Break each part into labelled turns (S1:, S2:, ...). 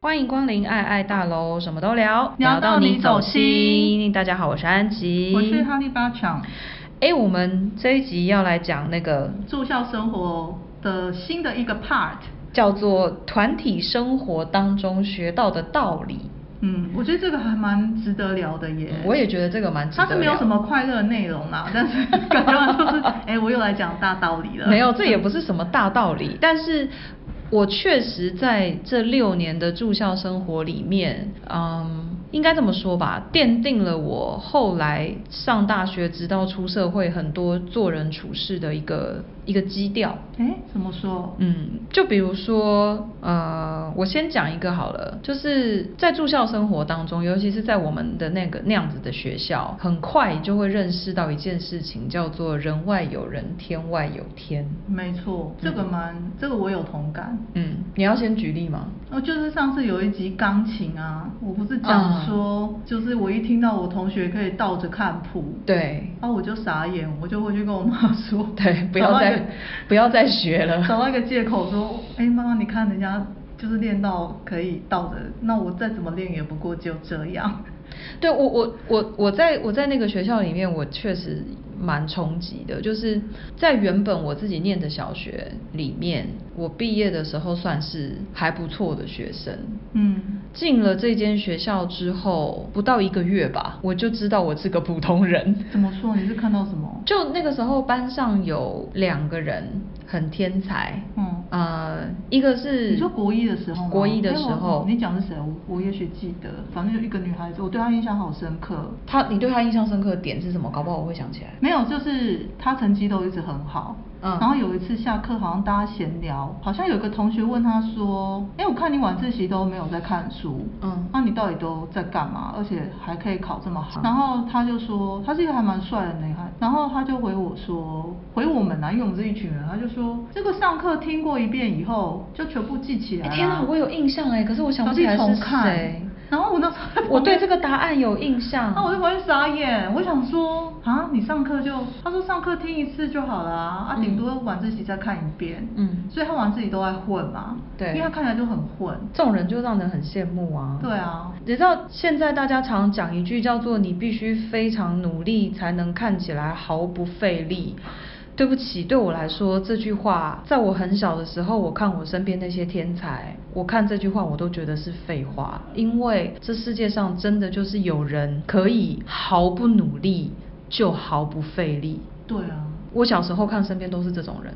S1: 欢迎光临爱爱大楼，什么都聊，
S2: 聊到你走心。
S1: 大家好，我是安吉，
S2: 我是哈利巴强。
S1: 哎，我们这一集要来讲那个
S2: 住校生活的新的一个 part。
S1: 叫做团体生活当中学到的道理。
S2: 嗯，我觉得这个还蛮值得聊的耶。
S1: 我也觉得这个蛮值得
S2: 它
S1: 聊。
S2: 是没有什么快乐的内容啦， 但是感觉上就是，哎、我又来讲大道理了。
S1: 没有，这也不是什么大道 理，但是我确实在这六年的住校生活里面，嗯，应该这么说吧，奠定了我后来上大学直到出社会很多做人处事的一个一个基调。
S2: 哎、怎么说？
S1: 嗯，就比如说，呃，我先讲一个好了，就是在住校生活当中，尤其是在我们的那个那样子的学校，很快就会认识到一件事情，叫做人外有人，天外有天。
S2: 没错，这个蛮，这个我有同感。
S1: 嗯，你要先举例吗？
S2: 哦，就是上次有一集钢琴啊，我不是
S1: 嗯
S2: 讲说，就是我一听到我同学可以倒着看谱，
S1: 对，
S2: 啊，我就傻眼，我就回去跟我妈说，
S1: 对，不要
S2: 找到一
S1: 再
S2: 个
S1: 不要再学了。
S2: 找到一个借口说，哎、妈妈，你看人家就是练到可以倒着，那我再怎么练也不过就这样。
S1: 对我我我我在我在那个学校里面，我确实蛮冲击的，就是在原本我自己念的小学里面，我毕业的时候算是还不错的学生。
S2: 嗯，
S1: 进了这间学校之后，不到一个月吧，我就知道我是个普通人。
S2: 怎么说？你是看到什么？
S1: 就那个时候，班上有两个人很天才，
S2: 嗯
S1: 呃，一个是
S2: 你说国一的时候吗？
S1: 国一的时
S2: 哎
S1: 候
S2: 我，你讲是谁？我我也许记得，反正就一个女孩子，我对她印象好深刻。
S1: 他，你对他印象深刻的点是什么？搞不好我会想起来。
S2: 没有，就是她成绩都一直很好。
S1: 嗯
S2: 然后有一次下课，好像大家闲聊，好像有个同学问她说：“哎，我看你晚自习都没有在看书，
S1: 嗯
S2: 那你到底都在干嘛？而且还可以考这么
S1: 嗯？”
S2: 好然后她就说：“她是一个还蛮帅的女孩。”然后她就回我说：“回我们啊，因为我们是一群人。”她就说：“这个上课听过一遍以后，就全部记起来、
S1: 哎
S2: 啊。
S1: 天哪，我有印象哎，可是我想不起来
S2: 然后
S1: 是
S2: 就重看
S1: 谁。
S2: 然后我那时候在旁边
S1: 我对这个答案有印象。
S2: 那我就完全傻眼，我想说啊，你上课就他说上课听一次就好啦，啊，
S1: 嗯
S2: 顶多晚自习再看一遍，
S1: 嗯
S2: 所以他晚自习都在混嘛，
S1: 对
S2: 因为他看起来就很混，
S1: 这种人就让人很羡慕啊。
S2: 对啊
S1: 你知道现在大家常讲一句叫做“你必须非常努力才能看起来毫不费力”。对不起，对我来说这句话，在我很小的时候，我看我身边那些天才，我看这句话我都觉得是废话，因为这世界上真的就是有人可以毫不努力就毫不费力。
S2: 对啊，
S1: 我小时候看身边都是这种人，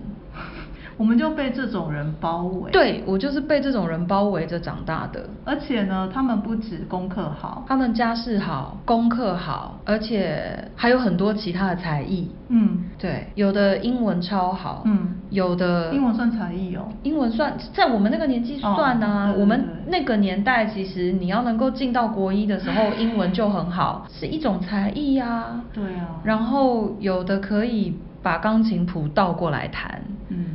S2: 我们就被这种人包围，，
S1: 对我就是被这种人包围着长大的。
S2: 而且呢，他们不止功课好，
S1: 他们家世好，功课好，而且还有很多其他的才艺。
S2: 嗯，
S1: 对，有的英文超好，
S2: 嗯
S1: 有的
S2: 英文算才艺哦
S1: 英文算在我们那个年纪算啊，
S2: 哦对对
S1: 我们
S2: 对
S1: 那个年代其实你要能够进到国一的时 候，英文就很好，是一种才艺呀、啊。
S2: 对啊
S1: 然后有的可以把钢琴谱倒过来弹，
S2: 嗯，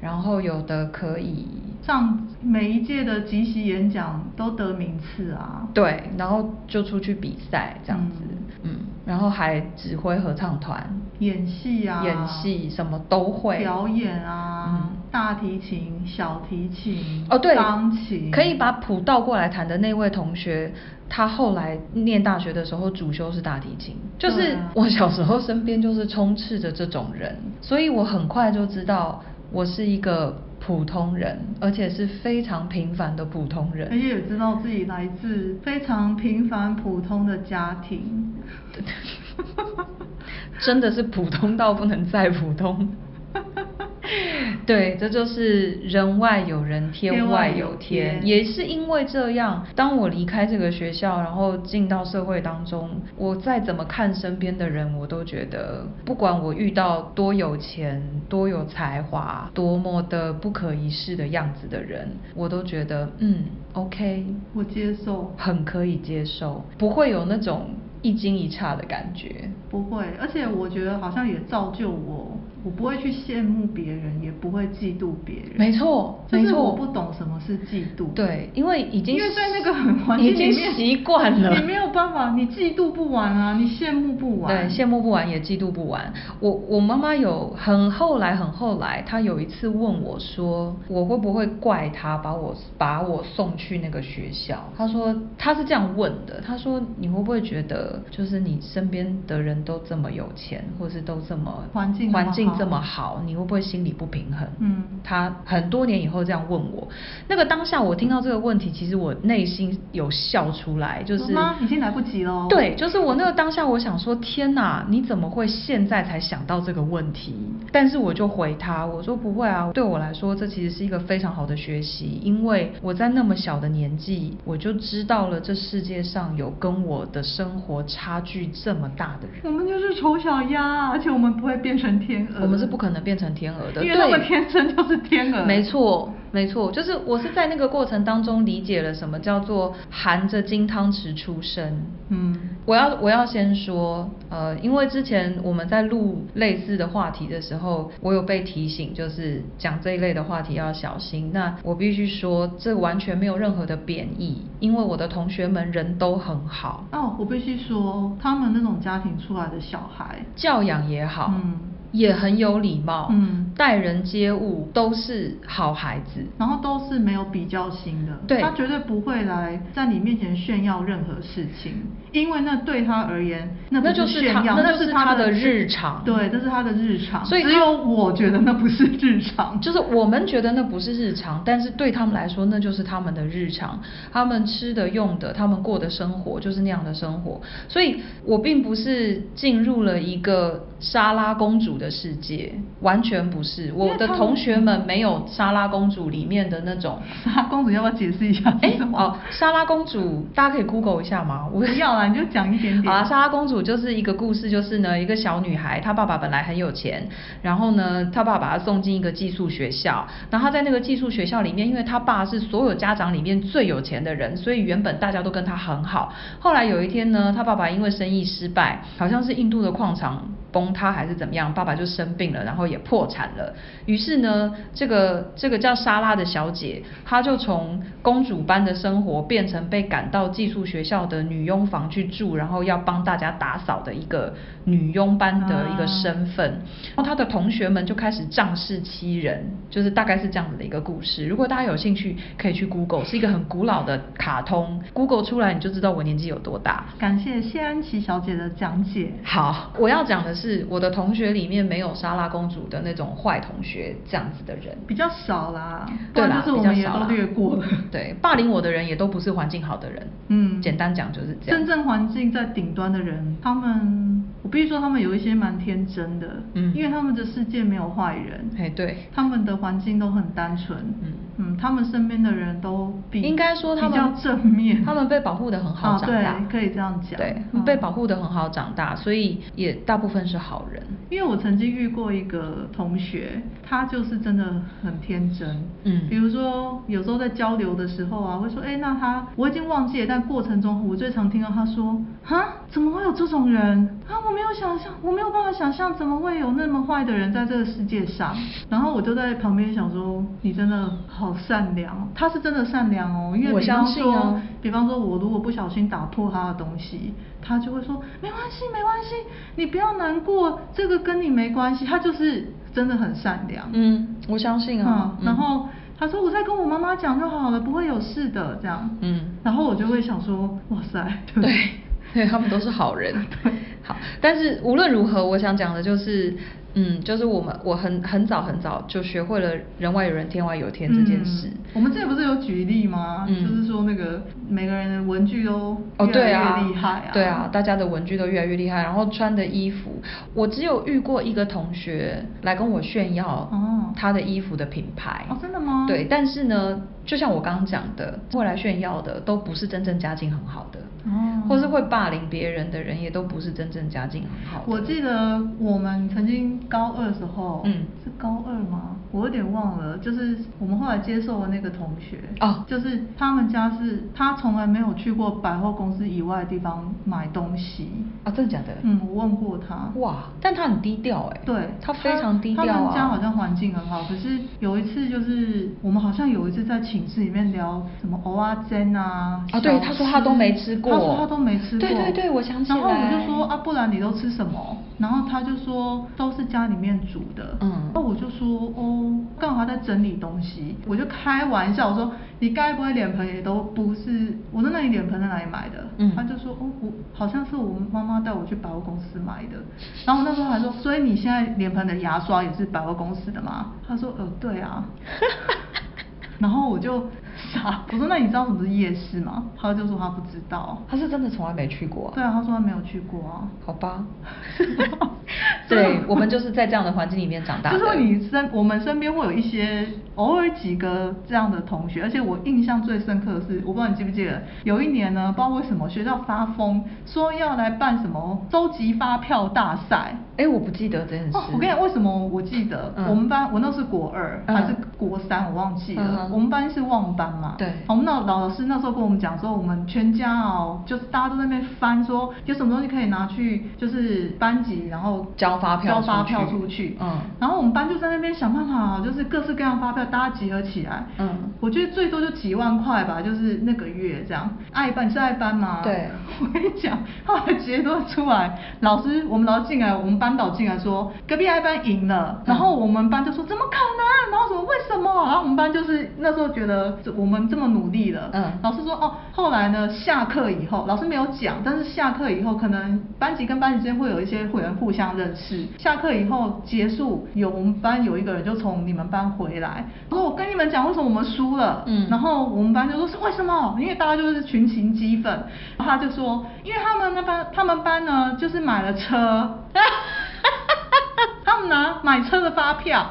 S1: 然后有的可以
S2: 上每一届的即席演讲都得名次啊，
S1: 对，然后就出去比赛这样子，嗯然后还指挥合唱团，
S2: 演戏啊，
S1: 演戏什么都会
S2: 表演啊，
S1: 嗯
S2: 大提琴、小提琴，
S1: 哦，对，
S2: 钢琴
S1: 可以把谱倒过来弹的那位同学，他后来念大学的时候主修是大提琴，就是
S2: 对啊
S1: 我小时候身边就是充斥着这种人，所以我很快就知道我是一个普通人，而且是非常平凡的普通人。
S2: 而且也知道自己来自非常平凡普通的家庭。
S1: 真的是普通到不能再普通。 对，这就是人外有人，天
S2: 天
S1: 外
S2: 外
S1: 有
S2: 有
S1: 天。
S2: 天
S1: 也是因为这样，当我离开这个学校，然后进到社会当中，我再怎么看身边的人，我都觉得，不管我遇到多有钱、多有才华、多么的不可一世的样子的人，我都觉得，嗯，OK，
S2: 我接受，
S1: 很可以接受，不会有那种一惊一乍的感觉。
S2: 不会，而且我觉得好像也造就我我不会去羡慕别人，也不会嫉妒别人。
S1: 没错
S2: 就
S1: 没
S2: 是
S1: 错
S2: 我不懂什么是嫉妒。
S1: 对因为已经
S2: 因为在那个很环境
S1: 已经
S2: 里面
S1: 习惯了
S2: 你没有办法，你嫉妒不完啊，你羡慕不完。
S1: 对，羡慕不完也嫉妒不完。我我妈妈有很后来很后来，她有一次问我说，我会不会怪她把我把我送去那个学校？她说她是这样问的，她说你会不会觉得就是你身边的人都这么有钱，或是都这么
S2: 环境那么
S1: 环境
S2: 好
S1: 这么好，你会不会心里不平衡？
S2: 嗯
S1: 她很多年以后这样问我，那个当下我听到这个问题，其实我内心有笑出来，就是
S2: 妈已经来不及喽
S1: 对，就是我那个当下，我想说，天哪，你怎么会现在才想到这个问题？但是我就回他，我说不会啊，对我来说，这其实是一个非常好的学习，因为我在那么小的年纪，我就知道了这世界上有跟我的生活差距这么大的人。
S2: 我们就是丑小鸭，啊而且我们不会变成天鹅。
S1: 我们是不可能变成天鹅的，
S2: 因为那么
S1: 对
S2: 天真就是天鹅。
S1: 没错，没错，就是我是在那个过程当中理解了什么叫做含着金汤匙出生。
S2: 嗯，
S1: 我要我要先说，呃，因为之前我们在录类似的话题的时候，我有被提醒，就是讲这一类的话题要小心。那我必须说，这完全没有任何的贬义，因为我的同学们人都很好，
S2: 哦，我必须说，他们那种家庭出来的小孩，
S1: 教养也好，
S2: 嗯
S1: 也很有礼貌，
S2: 嗯
S1: 待人接物都是好孩子。
S2: 然后都是没有比较心的，
S1: 对
S2: 他绝对不会来在你面前炫耀任何事情，因为那对他而言，不
S1: 那就是
S2: 炫
S1: 他
S2: 耀，
S1: 那
S2: 那
S1: 就是
S2: 他
S1: 他的
S2: 的
S1: 日常
S2: 对，这是他的日常。
S1: 所以
S2: 只
S1: 他
S2: 有我觉得那不是日常，
S1: 就是我们觉得那不是日常，但是对他们来说，那就是他们的日常，他们吃的、用的，他们过的生活就是那样的生活。所以我并不是进入了一个莎拉公主的世界，完全不是。
S2: 为
S1: 我的
S2: 他们
S1: 同学们没有莎拉公主里面的那种。
S2: 莎公主要不要解释一下
S1: 哎
S2: 是什么？
S1: 哦，莎拉公主，大家可以 Google 一下吗？我
S2: 不要啦，你就讲一点点。
S1: 好啊，莎拉公主就是一个故事，就是呢，一个小女孩，她爸爸本来很有钱，然后呢，她爸把她送进一个寄宿学校，然后她在那个寄宿学校里面，因为她爸是所有家长里面最有钱的人，所以原本大家都跟她很好。后来有一天呢，她爸爸因为生意失败，好像是印度的矿场。崩塌还是怎么样，爸爸就生病了，然后也破产了。于是呢，这个这个叫莎拉的小姐，她就从公主般的生活变成被赶到寄宿学校的女佣房去住，然后要帮大家打扫的一个女佣般的一个身份。然后她的同学们就开始仗势欺人，就是大概是这样子的一个故事。如果大家有兴趣，可以去 Google，是一个很古老的卡通，Google 出来你就知道我年纪有多大。
S2: 感谢谢安琪小姐的讲解。
S1: 好，我要讲的是，我的同学里面没有莎拉公主的那种坏同学这样子的人，
S2: 比较少啦，不
S1: 对
S2: 然
S1: 啦，
S2: 就是我
S1: 比较
S2: 们也
S1: 少
S2: 都
S1: 啦
S2: 略过了。
S1: 对，霸凌我的人也都不是环境好的人，
S2: 嗯
S1: 简单讲就是这样。
S2: 真正环境在顶端的人，他们我必须说，他们有一些蛮天真的，
S1: 嗯
S2: 因为他们的世界没有坏人，
S1: 哎对
S2: 他们的环境都很单纯，
S1: 嗯
S2: 他们身边的人都比
S1: 应该说他们
S2: 比较正面，
S1: 他们被保护的很好
S2: 啊
S1: 长大，
S2: 对，可以这样讲，
S1: 对，
S2: 嗯
S1: 被保护的很好长大，所以也大部分是好人。
S2: 因为我曾经遇过一个同学，他就是真的很天真，
S1: 嗯
S2: 比如说有时候在交流的时候啊，会说，哎、那他我已经忘记了，但过程中我最常听到他说，啊，怎么会有这种人啊？我没有想象，我没有办法想象怎么会有那么坏的人在这个世界 上。然后我就在旁边想说，你真的好善良，哦他是真的善良哦，因为
S1: 我
S2: 比方
S1: 相信
S2: 说，
S1: 啊
S2: 比方说，我如果不小心打破他的东西，他就会说没关系，没关系，你不要难过，这个跟你没关系。他就是真的很善良，
S1: 嗯，我相信啊。
S2: 嗯然后他说我再跟我妈妈讲就好了，不会有事的，这样。
S1: 嗯
S2: 然后我就会想说，哇塞，
S1: 对，对他们都是好 人。好，但是无论如何，我想讲的就是，嗯，就是我们我很很早很早就学会了人外有人，天外有天这件事。
S2: 嗯我们之前不是有举例吗？
S1: 嗯
S2: 就是说那个每个人的文具都
S1: 哦，
S2: 越来
S1: 对
S2: 越
S1: 啊，
S2: 厉害啊，
S1: 对啊，大家的文具都越来越厉害，然后穿的衣服，我只有遇过一个同学来跟我炫耀
S2: 哦
S1: 他的衣服的品牌。
S2: 哦真的吗
S1: 对，但是呢，就像我刚刚讲的，会来炫耀的都不是真正家境很好的，
S2: 哦
S1: 或是会霸凌别人的人也都不是真正家境很好的。
S2: 我记得我们曾经高二的时候，
S1: 嗯
S2: 是高二吗？我有点忘了，就是我们后来接受的那个同学，
S1: 哦
S2: 就是他们家是他从来没有去过百货公司以外的地方买东西。
S1: 啊，真的假的？
S2: 嗯，我问过他，
S1: 哇，但他很低调哎、
S2: 对，
S1: 他非常低调啊。
S2: 他们家好像环境很好，可是有一次就是我们好像有一次在寝室里面聊什么蚵仔煎啊，
S1: 啊对
S2: 小
S1: 他说他都没吃过
S2: 他说他都没吃过，
S1: 对对对我想起
S2: 然后我
S1: 来
S2: 就说啊，不然你都吃什么？然后他就说都是家里面煮的，
S1: 嗯
S2: 那我就说哦，刚好他在整理东西，我就开玩笑我说你该不会脸盆也都不是？我说那你脸盆在哪里买的？
S1: 嗯
S2: 他就说哦，我好像是我妈妈带我去百货公司买的。然后我那时候还说，所以你现在脸盆的牙刷也是百货公司的吗？他说呃，对 啊。然后我就傻，我说那你知道什么是夜市吗？他就说他不知道。
S1: 他是真的从来没去过、
S2: 对啊，他说他没有去过啊。
S1: 好 吧。对，我们就是在这样的环境里面长大的。
S2: 就是你身我们身边会有一些偶尔几个这样的同学，而且我印象最深刻的是，我不知道你记不记得，有一年呢，不知道为什么学校发疯说要来办什么收集发票大赛。
S1: 哎、我不记得这件事。
S2: 哦，我跟你讲，为什么我记得、
S1: 嗯
S2: 我们班我那是国二、
S1: 嗯
S2: 还是国三，我忘记了。
S1: 嗯哼
S2: 我们班是忘班嘛？
S1: 对
S2: 我们那老师那时候跟我们讲说，我们全家哦，就是大家都在那边翻说有什么东西可以拿去，就是班级然后
S1: 交发票
S2: 交发
S1: 出去
S2: 票出去。
S1: 嗯
S2: 然后我们班就在那边想办法，就是各式各样的发票，大家集合起来。
S1: 嗯
S2: 我觉得最多就几万块吧，就是那个月这样。爱班你是爱班吗？
S1: 对
S2: 我跟你讲，后来结论出来，老师我们老师进来，我们班导进来说隔壁 I 班赢了，然后我们班就说怎么可能，然后什么为什么，啊然后我们班就是那时候觉得我们这么努力了，
S1: 嗯
S2: 老师说哦，后来呢下课以后，老师没有讲，但是下课以后可能班级跟班级之间会有一些会员互相认识，下课以后结束，有我们班有一个人就从你们班回来，我说我跟你们讲为什么我们输了，
S1: 嗯
S2: 然后。然后我们班就说是为什么？因为大家就是群情激愤，然后他就说，因为他们那班他们班呢就是买了 车，他们拿买车的发票，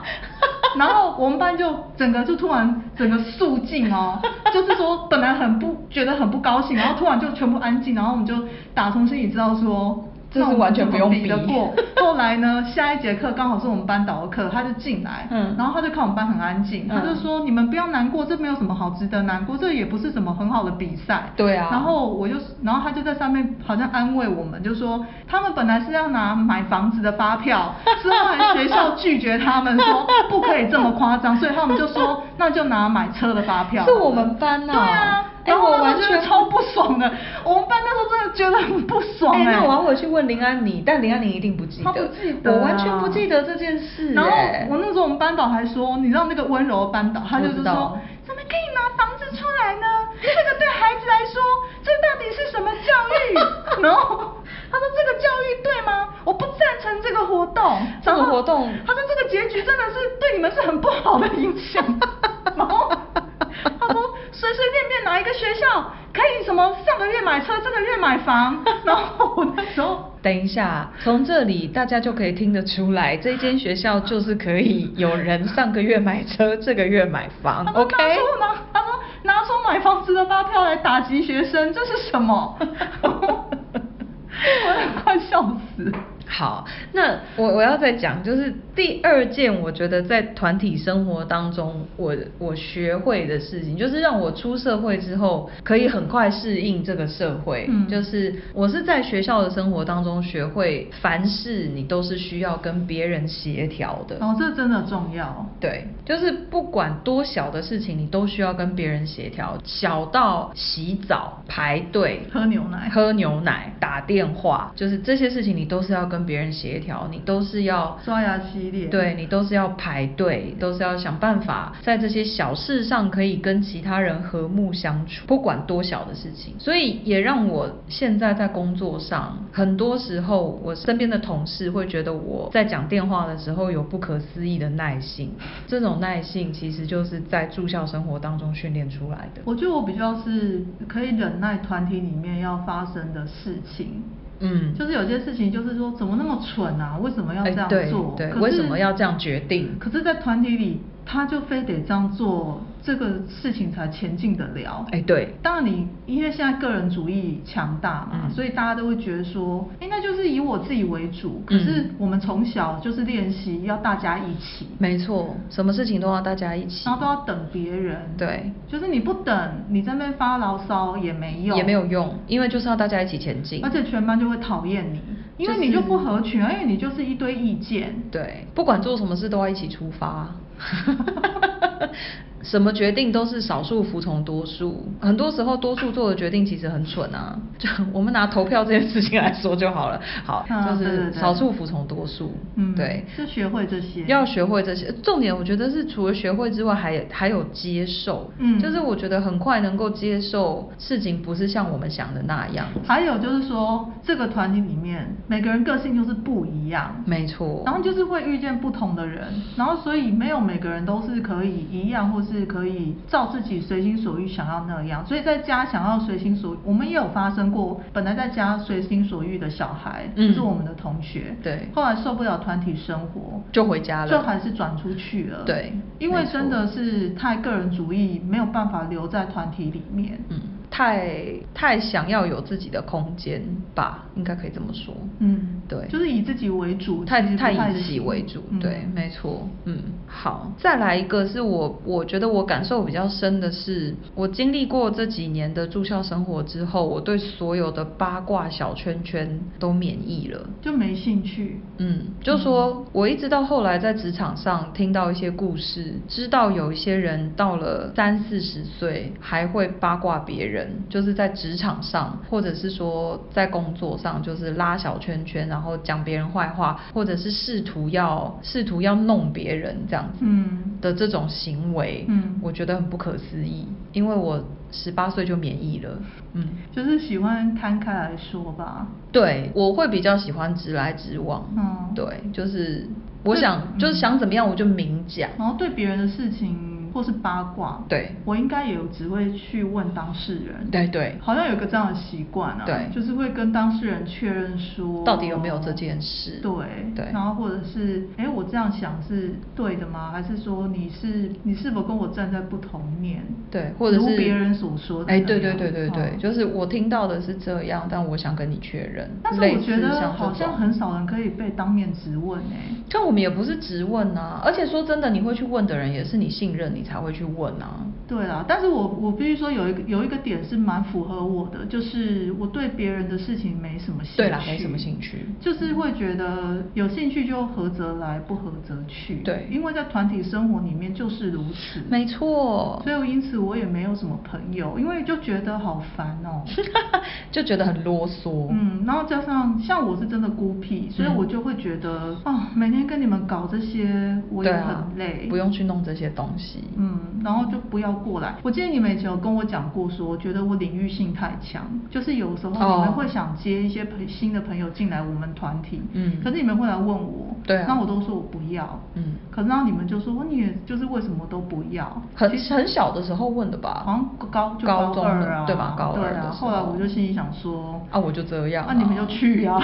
S2: 然后我们班就整个就突然整个肃静哦，就是说本来很不觉得很不高兴，然后突然就全部安静，然后我们就打从心里知道说。
S1: 这是完全不用
S2: 那我们怎么
S1: 比
S2: 比得过。后来呢，下一节课刚好是我们班导的课，他就进来，
S1: 嗯
S2: 然后他就看我们班很安静，他就
S1: 嗯
S2: 说。说你们不要难过，这没有什么好值得难过，这也不是什么很好的比赛。
S1: 对啊
S2: 然后我就，然后他就在上面好像安慰我们，就说他们本来是要拿买房子的发 票，之后还学校拒绝他们说不可以这么夸张，所以他们就说那就拿买车的发票。
S1: 是我们班呐
S2: 对啊。
S1: 哎
S2: 然后
S1: 我
S2: 那时
S1: 完
S2: 候觉得
S1: 全
S2: 超不爽的，我们班那时候真的觉得很不爽
S1: 哎、
S2: 哎、
S1: 那我要回去问林安妮，但林安妮一定不记得，
S2: 他不记得啊
S1: 我完全不记得这件事、
S2: 然后
S1: 哎
S2: 我那时候我们班导还说，你知道那个温柔班导，他就
S1: 我
S2: 是
S1: 知道
S2: 说，怎么可以拿房子出来呢？这个对孩子来说，这到底是什么 教育？然后他说这个教育对吗？我不赞成这个活动。
S1: 这个
S2: 然后
S1: 活动
S2: 他说这个结局真的是对你们是很不好的影 响。然后他说随随便便哪一个学校可以什么上个月买车，这个月买房。然后我那时候。
S1: 等一下，从这里大家就可以听得出来，这间学校就是可以有人上个月买车，这个月买房
S2: 他说
S1: ，OK？
S2: 拿出拿，他说拿出买房子的发票来打击学生，这是什 么？我快笑死。
S1: 好，那我我要再讲，就是第二件，我觉得在团体生活当中，我我学会的事情，就是让我出社会之后可以很快适应这个社会。
S2: 嗯
S1: 就是我是在学校的生活当中学会，凡事你都是需要跟别人协调的。
S2: 哦，这真的重要。
S1: 对，就是不管多小的事情，你都需要跟别人协调，小到洗澡、排队、
S2: 喝牛奶
S1: 喝牛奶、打电话，就是这些事情你都是要跟别人协调，你都是要
S2: 刷牙洗脸
S1: 对你都是要排队，都是要想办法在这些小事上可以跟其他人和睦相处，不管多小的事情，所以也让我现在在工作上，很多时候我身边的同事会觉得我在讲电话的时候有不可思议的耐性，这种耐性其实就是在住校生活当中训练出来的。
S2: 我觉得我比较是可以忍耐团体里面要发生的事情。
S1: 嗯，
S2: 就是有些事情，就是说怎么那么蠢啊？为什么要这样
S1: 哎对
S2: 做？
S1: 对
S2: 可是
S1: 为什么要这样决定
S2: 可是，在团体里，他就非得这样做，这个事情才前进得了。
S1: 哎对
S2: 当然你因为现在个人主义强大嘛，
S1: 嗯
S2: 所以大家都会觉得说，哎，那就是以我自己为主。可是
S1: 嗯
S2: 我们从小就是练习要大家一起，
S1: 没错，什么事嗯情都要大家一起
S2: 然，后都要等别人。
S1: 对，
S2: 就是你不等，你在那边发牢骚也没用，
S1: 也没有用，因为就是要大家一起前进
S2: 而。且全班就会讨厌你，因为
S1: 就是
S2: 你就不合群，而且你就是一堆意见。
S1: 对，不管做什么事都要一起出发， 什么决定都是少数服从多数，很多时候多数做的决定其实很蠢啊。就我们拿投票这件事情来说就好了，好，
S2: 啊
S1: 就
S2: 对对
S1: 是
S2: 对
S1: 少数服从多数，
S2: 嗯，
S1: 对。
S2: 就学会这些，
S1: 要学会这些，重点我觉得是除了学会之外还，还有接受，
S2: 嗯
S1: 就是我觉得很快能够接受事情不是像我们想的那样，
S2: 还有就是说，这个团体里面每个人个性就是不一样，
S1: 没错，
S2: 然后就是会遇见不同的人，然后所以没有每个人都是可以一样，或是可以照自己随心所欲想要那样。所以在家想要随心所，我们也有发生过，本来在家随心所欲的小孩，
S1: 嗯
S2: 是我们的同学，
S1: 对
S2: 后来受不了团体生活，
S1: 就回家了，
S2: 就还是转出去了。
S1: 对
S2: 因为
S1: 没错
S2: 真的是太个人主义，没有办法留在团体里面。
S1: 嗯，太太想要有自己的空间吧，应该可以这么说。
S2: 嗯
S1: 对，
S2: 就是以自己为主，
S1: 太
S2: 其实不
S1: 太
S2: 太
S1: 以自己
S2: 行
S1: 为主，
S2: 嗯
S1: 对，没错，嗯，好，再来一个是我我觉得我感受比较深的是，我经历过这几年的住校生活之后，我对所有的八卦小圈圈都免疫了。
S2: 就没兴趣。
S1: 嗯，就说我一直到后来在职场上听到一些故事，知道有一些人到了三四十岁还会八卦别人，就是在职场上，或者是说在工作上，就是拉小圈圈，然后讲别人坏话，或者是试图要试图要弄别人这样子
S2: 嗯
S1: 的这种行为，
S2: 嗯
S1: 我觉得很不可思议，因为我十八岁就免疫了，嗯。
S2: 就是喜欢摊开来说吧。
S1: 对，我会比较喜欢直来直往。
S2: 嗯
S1: 对，就是我
S2: 对
S1: 想，就是
S2: 嗯哦
S1: 想怎么样我就明讲。
S2: 然后对别人的事情或是八卦，
S1: 对
S2: 我应该也有只会去问当事人。
S1: 对对
S2: 好像有个这样的习惯啊，
S1: 对
S2: 就是会跟当事人确认说
S1: 到底有没有这件事
S2: 对
S1: 对
S2: 然后或者是哎，诶我这样想是对的吗？还是说你是你是否跟我站在不同面？
S1: 对，或者
S2: 如
S1: 是
S2: 别人所说的那
S1: 哎，
S2: 样。
S1: 对对对对对，
S2: 嗯
S1: 就是我听到的是这样，但我想跟你确认。
S2: 但是
S1: 类
S2: 我
S1: 似
S2: 觉得
S1: 像这
S2: 好像
S1: 种
S2: 很少人可以被当面质问哎、
S1: 但我们也不是直问啊，而且说真的，你会去问的人也是你信任，你才会去问啊。
S2: 对啦，但是我我必须说有一个有一个点是蛮符合我的，就是我对别人的事情没什么兴趣。
S1: 对啦没什么兴趣
S2: 就是会觉得有兴趣就合则来，不合则去。
S1: 对
S2: 因为在团体生活里面就是如此。
S1: 没错
S2: 所以我因此我也没有什么朋友，因为就觉得好烦哦、
S1: 就觉得很啰嗦。
S2: 嗯，然后加上像我是真的孤僻，所以
S1: 嗯
S2: 我就会觉得啊、每天跟你们搞这些，我也
S1: 对
S2: 很
S1: 啊
S2: 累。
S1: 不用去弄这些东西。
S2: 嗯，然后就不要过来。我记得你们以前有跟我讲过说我觉得我领域性太强，就是有时候
S1: 哦
S2: 你们会想接一些朋新的朋友进来我们团体，
S1: 嗯
S2: 可是你们会来问我，
S1: 对啊
S2: 那我都说我不要，
S1: 嗯
S2: 可是然后你们就说你也就是为什么都不要，
S1: 很
S2: 其实哦
S1: 很小的时候问的吧，
S2: 好像高就
S1: 高中
S2: 二
S1: 的
S2: 啊，
S1: 对吧？高二
S2: 对
S1: 的
S2: 啊，
S1: 时候
S2: 后来我就心里想说，
S1: 啊，我就这样、
S2: 那你们就 去啊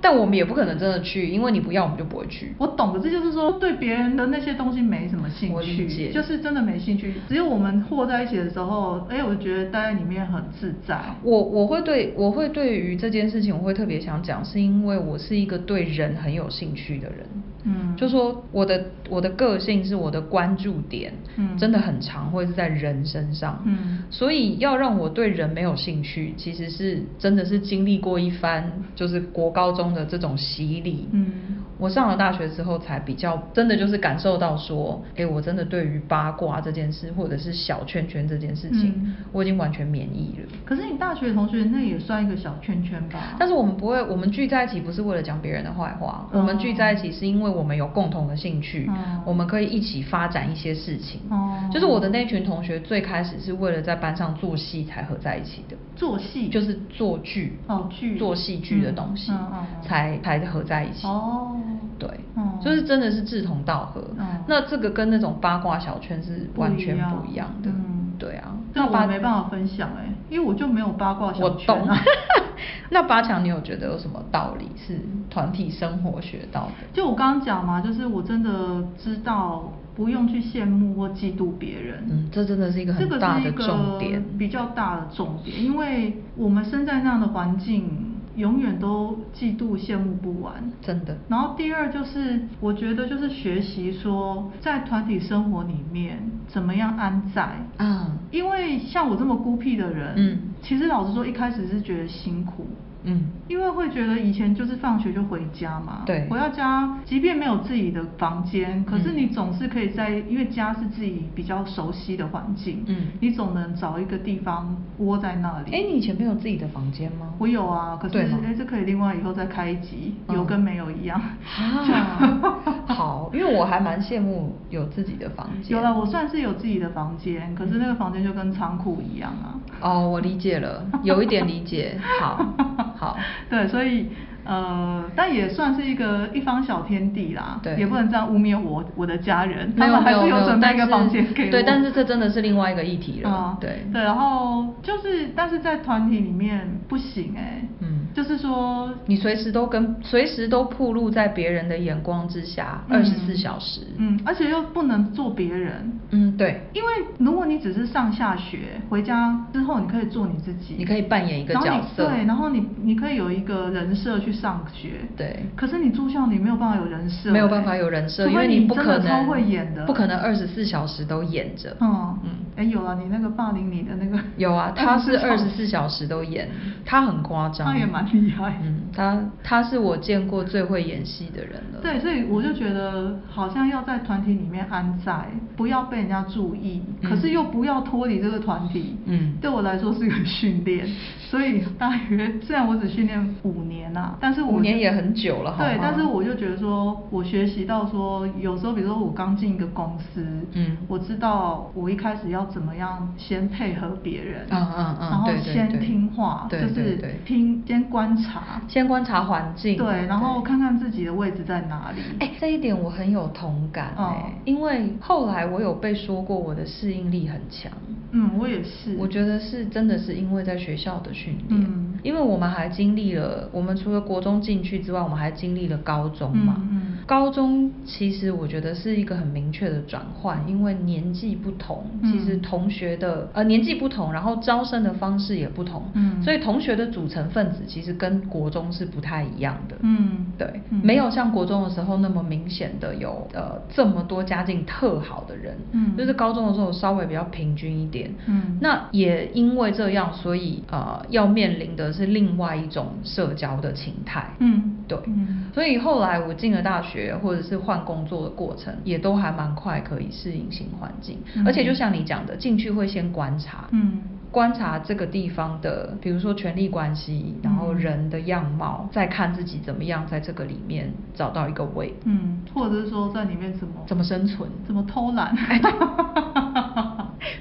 S1: 但我们也不可能真的去，因为你不要，我们就不会去。
S2: 我懂的，这就是说对别人的那些东西没什么兴
S1: 我理解
S2: 趣，就是真的没兴趣。只有我们和在一起的时候，哎、我觉得待在里面很自在。
S1: 我我会对我会对于这件事情，我会特别想讲，是因为我是一个对人很有兴趣的人。
S2: 嗯
S1: 就说我的我的个性是我的关注点，
S2: 嗯
S1: 真的很常会是在人身上，
S2: 嗯
S1: 所以要让我对人没有兴趣，其实是真的是经历过一番就是国高中的这种洗礼，
S2: 嗯，
S1: 我上了大学之后才比较真的就是感受到说，诶，我真的对于八卦这件事，或者是小圈圈这件事情，
S2: 嗯
S1: 我已经完全免疫了。
S2: 可是你大学同学那也算一个小圈圈吧？
S1: 但是我们不会，我们聚在一起不是为了讲别人的坏话，
S2: 哦
S1: 我们聚在一起是因为我们有共同的兴趣，
S2: 哦
S1: 我们可以一起发展一些事情。
S2: 哦
S1: 就是我的那群同学最开始是为了在班上做戏才合在一起的。
S2: 做戏
S1: 就是做剧
S2: 哦剧
S1: 做戏剧的东西，
S2: 嗯嗯嗯
S1: 才才合在一起。
S2: 哦
S1: 对，
S2: 嗯
S1: 就是真的是志同道合。
S2: 嗯
S1: 那这个跟那种八卦小圈是完全不一样的。
S2: 嗯
S1: 对啊，
S2: 这
S1: 那
S2: 我
S1: 八
S2: 没办法分享哎、因为我就没有八卦
S1: 我
S2: 小圈、
S1: 懂
S2: 啊。。
S1: 那八强，你有觉得有什么道理是团体生活学到的？
S2: 就我刚刚讲嘛，就是我真的知道不用去羡慕或嫉妒别人。
S1: 嗯这真的是一个很
S2: 这个
S1: 大
S2: 是一
S1: 的
S2: 个
S1: 重点
S2: 比较大的重点，因为我们生在那样的环境，永远都嫉妒、羡慕不完。
S1: 真的
S2: 然后第二就是，我觉得就是学习说，在团体生活里面怎么样安在，
S1: 啊，
S2: 因为像我这么孤僻的人，
S1: 嗯
S2: 其实老实说，一开始是觉得辛苦，
S1: 嗯，
S2: 因为会觉得以前就是放学就回家嘛，
S1: 对
S2: 回到家，即便没有自己的房间，可是
S1: 嗯
S2: 你总是可以在，因为家是自己比较熟悉的环境，
S1: 嗯
S2: 你总能找一个地方窝在那里。
S1: 哎、你以前没有自己的房间吗？
S2: 我有啊，可是
S1: 对吗
S2: 哎，这可以另外以后再开一集，
S1: 嗯
S2: 有跟没有一样。
S1: 啊，好，因为我还蛮羡慕有自己的房间。
S2: 有了，我算是有自己的房间，可是那个房间就跟仓库一样啊。
S1: 哦，我理解了，有一点理解。好，好，
S2: 对，所以呃，但也算是一个一方小天地啦，
S1: 对
S2: 也不能这样污蔑我我的家人，
S1: 没
S2: 他
S1: 有
S2: 们
S1: 没
S2: 还
S1: 有
S2: 是
S1: 没有，
S2: 准备
S1: 但
S2: 一个
S1: 是
S2: 房间给我。
S1: 对，但是这真的是另外一个议题了。
S2: 啊
S1: 对，
S2: 对，然后就是，但是在团体里面不行哎、
S1: 嗯
S2: 就是说
S1: 你随时都跟随时都暴露在别人的眼光之下，二十四小时。
S2: 嗯，而且又不能做别人。
S1: 嗯，对，
S2: 因为如果你只是上下学，回家之后你可以做你自己，
S1: 你可以扮演一个
S2: 然后你
S1: 角色
S2: 对，然后你你可以有一个人设去上学，
S1: 对
S2: 可是你住校，你没有办法有人设欸，
S1: 没有办法有人设，
S2: 除
S1: 因为
S2: 非
S1: 不
S2: 真
S1: 可
S2: 的超
S1: 能
S2: 会演的，
S1: 不可能。二十四小时都演着。
S2: 嗯
S1: 嗯
S2: 嗯，哎、有了，你那个霸凌你的那个
S1: 有 啊，他是二十
S2: 小时
S1: 四小时都演，他很夸张，
S2: 他也蛮厉害
S1: 嗯，他他是我见过最会演戏的人了。
S2: 对，所以我就觉得好像要在团体里面安在，不要被人家注意，
S1: 嗯
S2: 可是又不要脱离这个团体。
S1: 嗯
S2: 对我来说是一个训练，所以大约虽然我只训练五年啊，但是我
S1: 五年
S2: 就
S1: 也很久了好
S2: 对
S1: 吗，
S2: 但是我就觉得说，我学习到说，有时候比如说我刚进一个公司，
S1: 嗯
S2: 我知道我一开始要怎么样先配合别人，
S1: 嗯嗯嗯
S2: 然后
S1: 对对
S2: 先
S1: 对
S2: 听话，
S1: 对
S2: 就
S1: 对
S2: 是
S1: 对
S2: 听先观察，
S1: 先观察环境，
S2: 对，然后看看自己的位置在哪里。
S1: 哎、这一点我很有同感哎、
S2: 哦
S1: 因为后来我有被说过我的适应力很强，
S2: 嗯，我也是。
S1: 我觉得是真的是因为在学校的训练，
S2: 嗯
S1: 因为我们还经历了，我们除了国中进去之外，我们还经历了高中嘛，
S2: 嗯嗯
S1: 高中其实我觉得是一个很明确的转换，因为年纪不同，
S2: 嗯
S1: 其实同学的呃年纪不同，然后招生的方式也不同，
S2: 嗯
S1: 所以同学的组成分子其实跟国中是不太一样的，
S2: 嗯
S1: 对，
S2: 嗯
S1: 没有像国中的时候那么明显的有呃这么多家境特好的人，
S2: 嗯
S1: 就是高中的时候稍微比较平均一点，
S2: 嗯
S1: 那也因为这样，所以呃要面临的是另外一种社交的情态，
S2: 嗯
S1: 对，
S2: 嗯
S1: 所以后来我进了大学或者是换工作的过程，也都还蛮快可以适应新环境，
S2: 嗯
S1: 而且就像你讲的，进去会先观察，
S2: 嗯
S1: 观察这个地方的，比如说权力关系，然后人的样貌，再看自己怎么样在这个里面找到一个位，
S2: 嗯，或者是说在里面怎么
S1: 怎么哎生存。
S2: 怎么偷懒。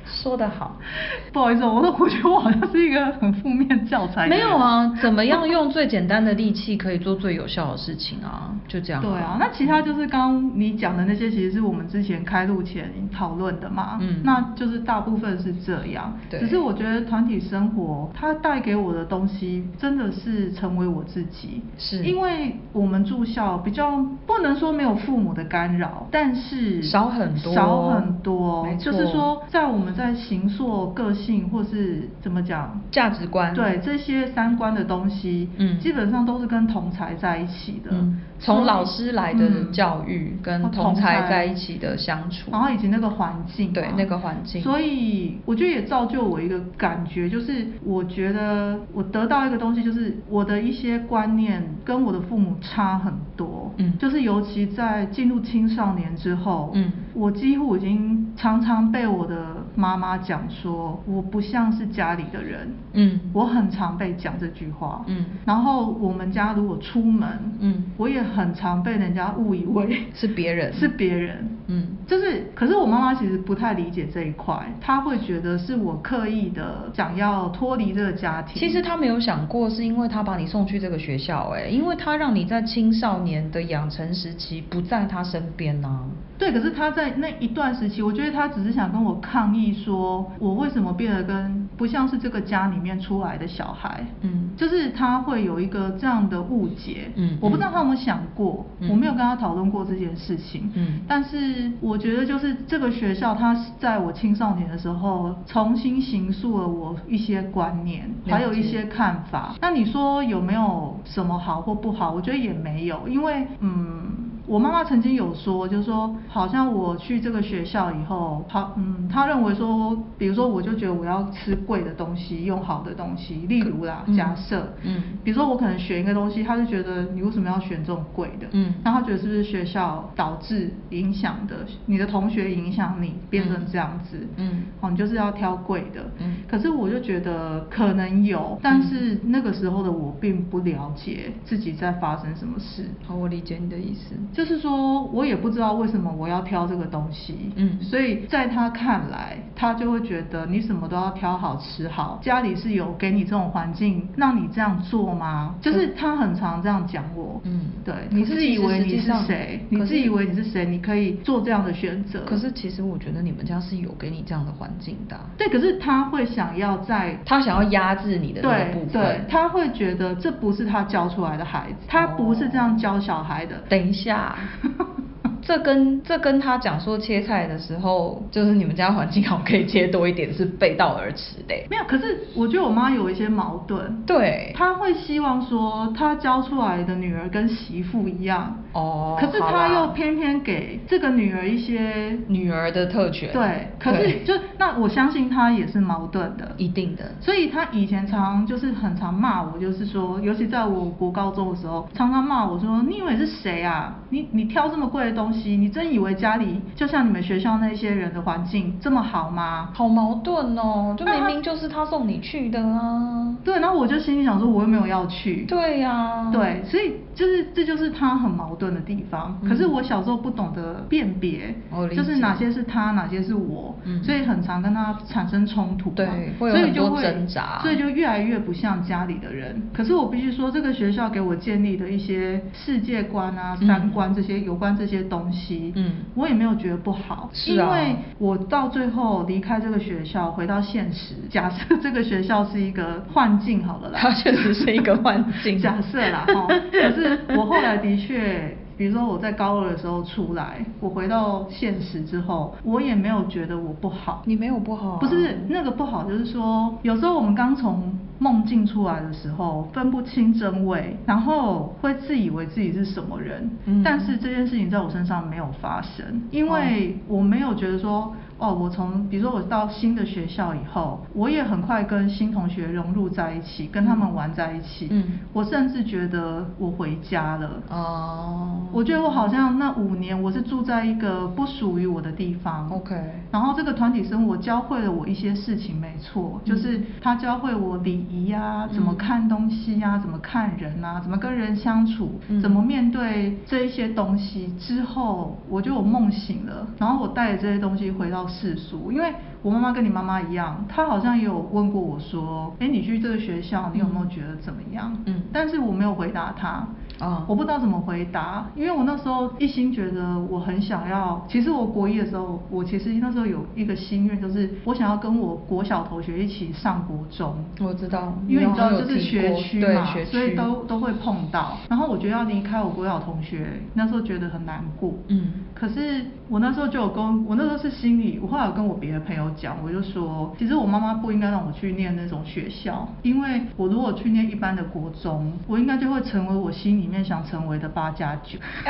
S1: 说得好，
S2: 不好意思哦，我都我觉得我好像是一个很负面教材。
S1: 没有。啊，怎么样用最简单的力气可以做最有效的事情啊？ 就这样、
S2: 对啊，那其他就是刚刚你讲的那些，其实是我们之前开录前讨论的嘛。
S1: 嗯
S2: 那就是大部分是这样。
S1: 对
S2: 只是我觉得团体生活它带给我的东西，真的是成为我自己。
S1: 是
S2: 因为我们住校，比较不能说没有父母的干扰，但是
S1: 少很多
S2: 少很多
S1: 没。错
S2: 就是说，在我们在形塑、个性或是怎么讲。
S1: 价值观，
S2: 对这些三观的东西，
S1: 嗯
S2: 基本上都是跟同才在一起的，
S1: 嗯从老师来的教育
S2: 嗯
S1: 跟
S2: 和
S1: 同才在一起的相处
S2: 然后以及那个环境嘛，
S1: 对那个环境
S2: 所以我觉得也造就我一个感觉，就是我觉得我得到一个东西，就是我的一些观念跟我的父母差很多，
S1: 嗯
S2: 就是尤其在进入青少年之后，
S1: 嗯
S2: 我几乎已经常常被我的妈妈讲说，我不像是家里的人，
S1: 嗯
S2: 我很常被讲这句话，
S1: 嗯
S2: 然后我们家如果出门，
S1: 嗯
S2: 我也很常被人家误以为
S1: 是别人
S2: 是别人，
S1: 嗯
S2: 就是，可是我妈妈其实不太理解这一块，她会觉得是我刻意的想要脱离这个家庭。
S1: 其实他没有想过，是因为他把你送去这个学校、哎，因为他让你在青少年的养成时期不在他身边啊呐、
S2: 对，可是她在那一段时期，我觉得她只是想跟我抗议说，我为什么变得跟不像是这个家里面出来的小孩。
S1: 嗯
S2: 就是她会有一个这样的误解，
S1: 嗯
S2: 我不知道她有没有想过，
S1: 嗯
S2: 我没有跟她讨论过这件事情，
S1: 嗯
S2: 但是我觉得就是是这个学校，它在我青少年的时候重新形塑了我一些观念，
S1: 了解
S2: 还有一些看法。那你说有没有什么好或不好？我觉得也没有，因为嗯。我妈妈曾经有说，就是说，好像我去这个学校以后，她嗯，她认为说，比如说，我就觉得我要吃贵的东西，用好的东西，例如啦，
S1: 嗯
S2: 假设，
S1: 嗯
S2: 比如说我可能选一个东西，她就觉得你为什么要选这种贵的，
S1: 嗯
S2: 那她觉得是不是学校导致影响的，你的同学影响你变成这样子，
S1: 嗯
S2: 哦，你就是要挑贵的，
S1: 嗯
S2: 可是我就觉得可能有，但是那个时候的我并不了解自己在发生什么事，
S1: 好，我理解你的意思。
S2: 就是说我也不知道为什么我要挑这个东西，
S1: 嗯
S2: 所以在他看来，他就会觉得你什么都要挑好吃好，家里是有给你这种环境让你这样做吗？就是他很常这样讲我，
S1: 嗯
S2: 对，
S1: 可
S2: 你
S1: 是
S2: 自
S1: 其
S2: 以
S1: 实
S2: 为
S1: 实
S2: 你
S1: 际
S2: 是
S1: 上
S2: 谁，
S1: 可
S2: 你自
S1: 是
S2: 以为你是谁，你可以做这样的选择，
S1: 可是其实我觉得你们家是有给你这样的环境的啊、
S2: 对，可是他会想要在
S1: 他想要压制你的那个
S2: 对
S1: 部分。
S2: 对，他会觉得这不是他教出来的孩子，他不是这样教小孩的。
S1: 等一下，啊 这跟这跟他讲说切菜的时候，就是你们家环境好可以切多一点，是背道而驰的欸。
S2: 没有，可是我觉得我妈有一些矛盾，
S1: 对，
S2: 她会希望说她教出来的女儿跟媳妇一样，
S1: 哦
S2: 可是
S1: 好啦
S2: 她又偏偏给这个女儿一些，
S1: 女儿的特权。
S2: 对，可是
S1: 对
S2: 就那我相信她也是矛盾的，
S1: 一定的。
S2: 所以他以前常就是很常骂我，就是说，尤其在我国高中的时候，常常骂我说：“你以为是谁啊？你你挑这么贵的东西，你真以为家里就像你们学校那些人的环境这么好吗
S1: 好矛盾哦，就
S2: 那
S1: 明
S2: 他
S1: 明就是他送你去的啊？”。
S2: 对，然后我就心里想说，我又没有要去。
S1: 对呀、
S2: 对，所以就是这就是他很矛盾的地方。
S1: 嗯
S2: 可是我小时候不懂得辨别
S1: 我，理解
S2: 就是哪些是他，哪些是我，
S1: 嗯
S2: 所以很常跟他产生冲突嘛。
S1: 对会有
S2: 所以
S1: 很
S2: 就
S1: 多
S2: 会
S1: 挣扎
S2: 所以就越来越不像家里的人。可是我必须说，这个学校给我建立的一些世界观啊、
S1: 嗯
S2: 三观这些有关这些东西，
S1: 嗯
S2: 我也没有觉得不好，
S1: 是啊
S2: 因为我到最后离开这个学校，回到现实，假设这个学校是一个幻境 好了啦，
S1: 它确实是一个幻 境
S2: 假设啦哈。齁可是我后来的确，比如说我在高二的时候出来，我回到现实之后，我也没有觉得我不好。
S1: 你没有不好啊、
S2: 不是那个不好，就是说有时候我们刚从梦境出来的时候，分不清真伪，然后会自以为自己是什么人。
S1: 嗯
S2: 但是这件事情在我身上没有发生，因为我没有觉得说。哦，我从比如说我到新的学校以后，我也很快跟新同学融入在一起，跟他们玩在一起。
S1: 嗯
S2: 我甚至觉得我回家了。
S1: 哦，
S2: 我觉得我好像那五年我是住在一个不属于我的地方。
S1: OK
S2: 然后这个团体生活教会了我一些事情，没错，就是它教会我礼仪啊，
S1: 嗯
S2: 怎么看东西啊，怎么看人啊，怎么跟人相处
S1: 嗯，
S2: 怎么面对这一些东西。之后我就有梦醒了，然后我带着这些东西回到世俗，因为我妈妈跟你妈妈一样，她好像也有问过我说，哎，你去这个学校，你有没有觉得怎么样？
S1: 嗯
S2: 但是我没有回答她。
S1: 啊
S2: 我不知道怎么回答，因为我那时候一心觉得我很想要。其实我国一的时候，我其实那时候有一个心愿，就是我想要跟我国小同学一起上国中。
S1: 我知道
S2: 因为你知道
S1: 你好像有
S2: 就是
S1: 提
S2: 学
S1: 过
S2: 区
S1: 对
S2: 嘛
S1: 学，
S2: 所以
S1: 区
S2: 都都会碰到。然后我觉得要离开我国小同学，那时候觉得很难过。
S1: 嗯
S2: 可是我那时候就有跟我那时候是心里，我后来有跟我别的朋友讲，我就说，其实我妈妈不应该让我去念那种学校，因为我如果去念一般的国中，我应该就会成为我心里面想成为的八加九。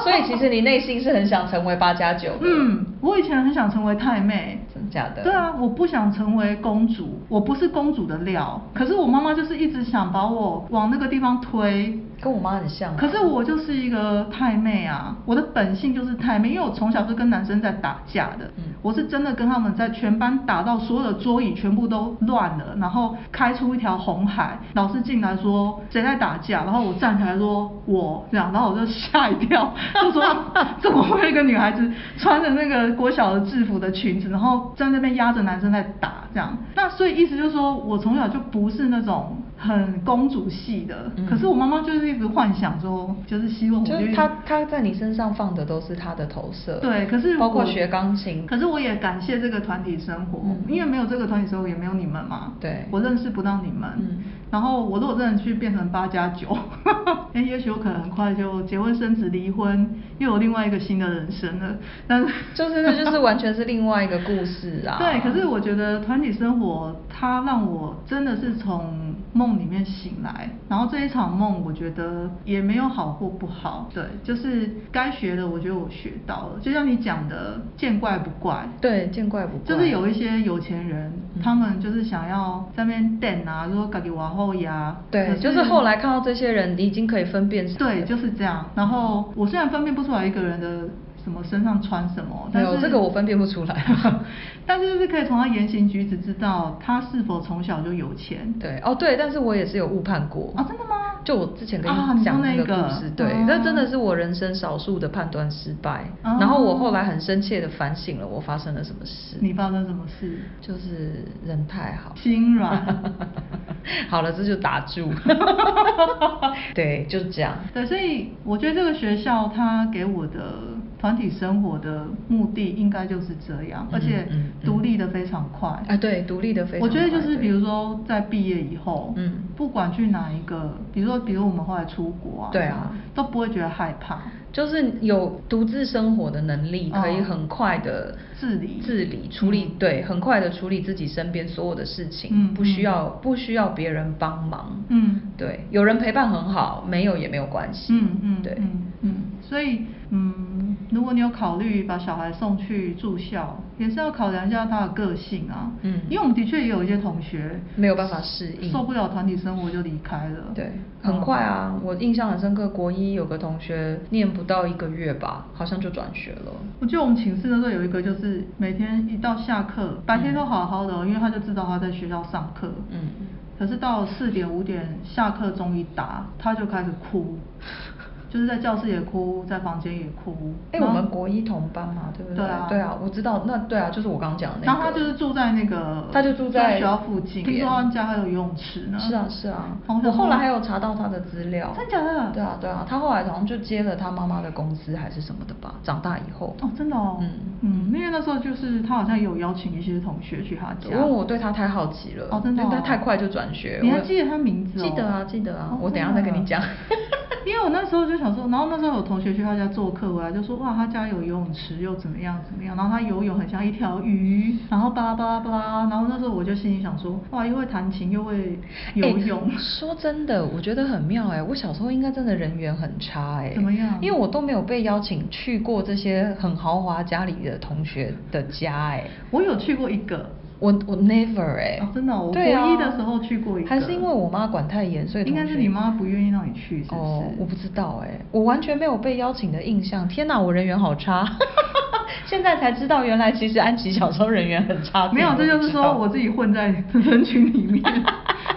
S1: 所以其实你内心是很想成为八加九的，，
S2: 嗯，我以前很想成为太妹。
S1: 真的假的？
S2: 对啊，我不想成为公主，我不是公主的料。可是我妈妈就是一直想把我往那个地方推，
S1: 跟我妈很像啊、
S2: 可是我就是一个太妹啊，我的本性就是太妹，因为我从小是跟男生在打架的，
S1: 嗯
S2: 我是真的跟他们在全班打到所有的桌椅全部都乱了，然后开出一条红海，老师进来说谁在打架，然后我站起来说我这样，然后我就吓一跳， 就说怎么会有一个女孩子穿着那个国小的制服的裙子，然后在那边压着男生在打这样，那所以意思就是说我从小就不是那种。很公主系的，
S1: 嗯
S2: 可是我妈妈就是一直幻想说，就是希望我
S1: 就是
S2: 一
S1: 他他在你身上放的都是他的投射，
S2: 对，可是
S1: 包括
S2: 我
S1: 学钢琴，
S2: 可是我也感谢这个团体生活，
S1: 嗯
S2: 因为没有这个团体生活，也没有你们嘛。
S1: 对
S2: 我认识不到你们。
S1: 嗯
S2: 然后我如果真的去变成八加九， 哎，也许我可能很快就结婚、生子、离婚，又有另外一个新的人生了。但是
S1: 就是这就是完全是另外一个故事啊。
S2: 对，可是我觉得团体生活它让我真的是从梦里面醒来，然后这一场梦我觉得也没有好或不好，对，就是该学的我觉得我学到了，就像你讲的，见怪不怪。
S1: 对见怪不怪，
S2: 就是有一些有钱人，
S1: 嗯
S2: 他们就是想要在那边垫啊，说自己往后呀，可
S1: 对，就是后来看到这些人已经可以分辨是
S2: 对，就是这样。然后我虽然分辨不出来一个人的什么身上穿什么，但
S1: 没有
S2: 是
S1: 这个我分辨不出来
S2: 但是就是可以从他言行举止知道他是否从小就有钱。
S1: 对哦对，但是我也是有误判过
S2: 啊，真的吗？
S1: 就我之前跟
S2: 啊
S1: 你讲
S2: 你说那
S1: 个故事，
S2: 个
S1: 对
S2: 哦，
S1: 那真的是我人生少数的判断失败。
S2: 哦
S1: 然后我后来很深切的反省了，我发生了什么事。
S2: 你发生什么事？
S1: 就是人太 好，
S2: 心软。
S1: 好了，这就打 住。对，就这样。
S2: 对，所以我觉得这个学校它给我的团体生活的目的应该就是这样，
S1: 嗯
S2: 而且
S1: 嗯嗯
S2: 独立的非常快。
S1: 啊，对，独立的非常
S2: 我
S1: 快。
S2: 觉得就是
S1: 对
S2: 比如说在毕业以后，
S1: 嗯
S2: 不管去哪一个，比如说比如我们后来出国啊，
S1: 对啊，
S2: 都不会觉得害怕。
S1: 就是有独自生活的能力，
S2: 哦
S1: 可以很快的
S2: 自理
S1: 治理、处理
S2: 嗯，
S1: 对，很快的处理自己身边所有的事情，
S2: 嗯
S1: 不需要不需要别人帮忙，
S2: 嗯
S1: 对，有人陪伴很好，没有也没有关系，
S2: 嗯嗯，
S1: 对，
S2: 嗯嗯，所以嗯，如果你有考虑把小孩送去住校，也是要考量一下他的个性啊，
S1: 嗯
S2: 因为我们的确也有一些同学
S1: 没有办法适应
S2: 受不了团体生活就离开了，嗯
S1: 对，很快啊，我印象很深刻，国一有个同学念不到一个月吧，好像就转学了，
S2: 我记得我们寝室那时候有一个，就是每天一到下课，白天都好好的哦，因为他就知道他在学校上课。
S1: 嗯。
S2: 可是到四点五点下课钟一打，他就开始哭，就是在教室也哭，在房间也哭。
S1: 哎、
S2: 然
S1: 我
S2: 后
S1: 们国一同班嘛，对不对？
S2: 对啊
S1: 我知道，那对啊，就是我刚刚讲的那个。
S2: 然后他就是住在那个，
S1: 他就住在
S2: 学校附近，听说他们家还有游泳池呢。
S1: 是啊是啊，
S2: 哦
S1: 我后来还有查到他的资料。
S2: 真假的
S1: 对啊对啊，他后来好像就接了他妈妈的公司还是什么的吧，长大以后。
S2: 哦，真的哦，
S1: 嗯。
S2: 嗯，因为那时候就是他好像有邀请一些同学去他家，
S1: 因为我对他太好奇了，
S2: 哦真的哦
S1: 因为他太快就转学。
S2: 你还
S1: 我
S2: 记得他名字哦
S1: 记得啊，记得啊，
S2: 哦
S1: 我等一下
S2: 真
S1: 再
S2: 的
S1: 跟你讲。
S2: 因为我那时候就想说，然后那时候有同学去他家做客，回来就说哇，他家有游泳池，又怎么样怎么样，然后他游泳很像一条鱼，然后巴拉巴拉巴拉，然后那时候我就心里想说，哇，又会弹琴又会 游泳，
S1: 欸说真的，我觉得很妙哎、我小时候应该真的人缘很差哎、
S2: 怎么样
S1: 因为我都没有被邀请去过这些很豪华家里的同学的家哎、
S2: 我有去过一个，
S1: 我我 never 哎、
S2: 哦真的哦我
S1: 对啊
S2: 国一的时候去过一个
S1: 还是因为我妈管太严，所以
S2: 应该
S1: 同学
S2: 是你妈不愿意让你去，是不是？
S1: 哦，我不知道哎、我完全没有被邀请的印象。天哪，我人缘好差， 现在才知道原来其实安琪小时候人缘很差。
S2: 没有，
S1: 自
S2: 这
S1: 己都
S2: 就
S1: 不
S2: 是
S1: 知道
S2: 说我自己混在人群里 面，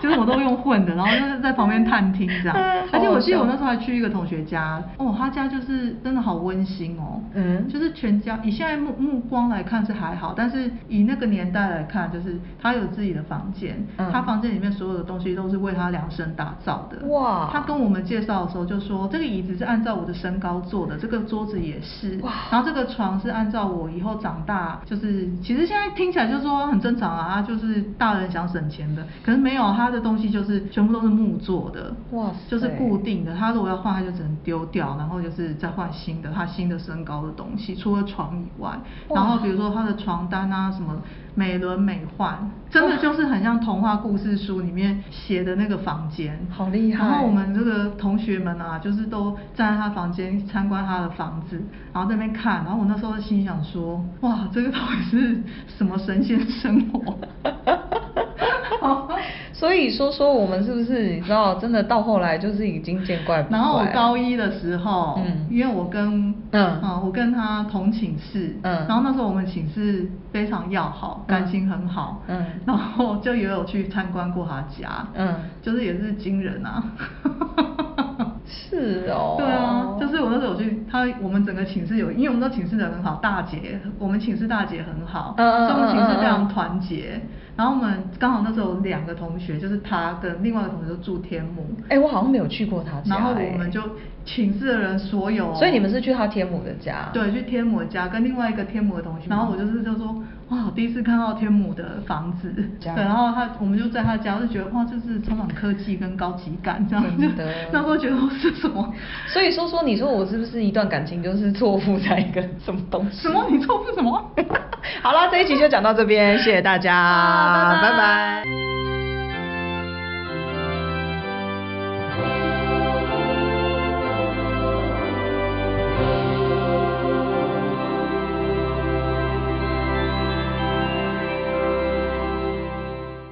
S2: 就是我都用混的，然后就是在旁边探听 这样
S1: 哎。
S2: 而且我记得
S1: 好好笑
S2: 我那时候还去一个同学家，哦，他家就是真的好温馨哦，
S1: 嗯
S2: 就是全家以现在目目光来看是还好，但是以那个年代来看，就是他有自己的房间，
S1: 嗯
S2: 他房间里面所有的东西都是为他量身打造的。
S1: 哇
S2: 他跟我们介绍的时候就说，这个椅子是按照我的身高做的，这个桌子也是，
S1: 哇
S2: 然后这个床是按照我以后长大，就是其实现在听起来就说很正常啊，啊就是大人想省钱的，可是没有，他的东西就是全部都是木做的，
S1: 哇塞
S2: 就是固定的。他如果要换，他就只能丢掉，然后就是再换新的，他新的身高的东西，除了床以外，
S1: 哇
S2: 然后比如说他的床单啊什么。美轮美奂，真的就是很像童话故事书里面写的那个房间，
S1: 好厉害
S2: 然后我们这个同学们啊，就是都站在他房间参观他的房子，然后在那边看。然后我那时候心里想说，哇，这个到底是什么神仙生 活？
S1: 所以说说我们是不是你知道，真的到后来就是已经见怪不怪。
S2: 然后我高一的时候，
S1: 嗯
S2: 因为我跟
S1: 嗯
S2: 啊我跟他同寝室，
S1: 嗯
S2: 然后那时候我们寝室非常要好，
S1: 嗯
S2: 感情很好，
S1: 嗯
S2: 然后就也有去参观过他家，
S1: 嗯
S2: 就是也是惊人啊。
S1: 是哦，
S2: 对啊，就是我那时候有去他，我们整个寝室有，因为我们那寝室人很好，大姐，我们寝室大姐很好，
S1: 嗯嗯
S2: 所以我们
S1: 嗯
S2: 寝
S1: 嗯
S2: 室
S1: 嗯
S2: 非常团结。然后我们刚好那时候有两个同学，就是他跟另外一个同学都住天母，
S1: 哎、我好像没有去过他家、
S2: 然后
S1: 哎
S2: 啊我们就寝室的人所有，
S1: 所以你们是去他天母的家？
S2: 对，去天母家跟另外一个天母的同
S1: 嗯
S2: 学，然后我就是就说，哇，我第一次看到天母的房子，
S1: 家
S2: 对，然后他我们就在他家，就觉得哇，就是充满科技跟高级感，这样就
S1: 真的
S2: 那时候觉得我是什么
S1: 所以说说，你说我是不是一段感情就是错付在一个什么东西？
S2: 什么，你错付什么？
S1: 好了，这一集就讲到这边，谢谢大家，
S2: 好拜拜
S1: 拜拜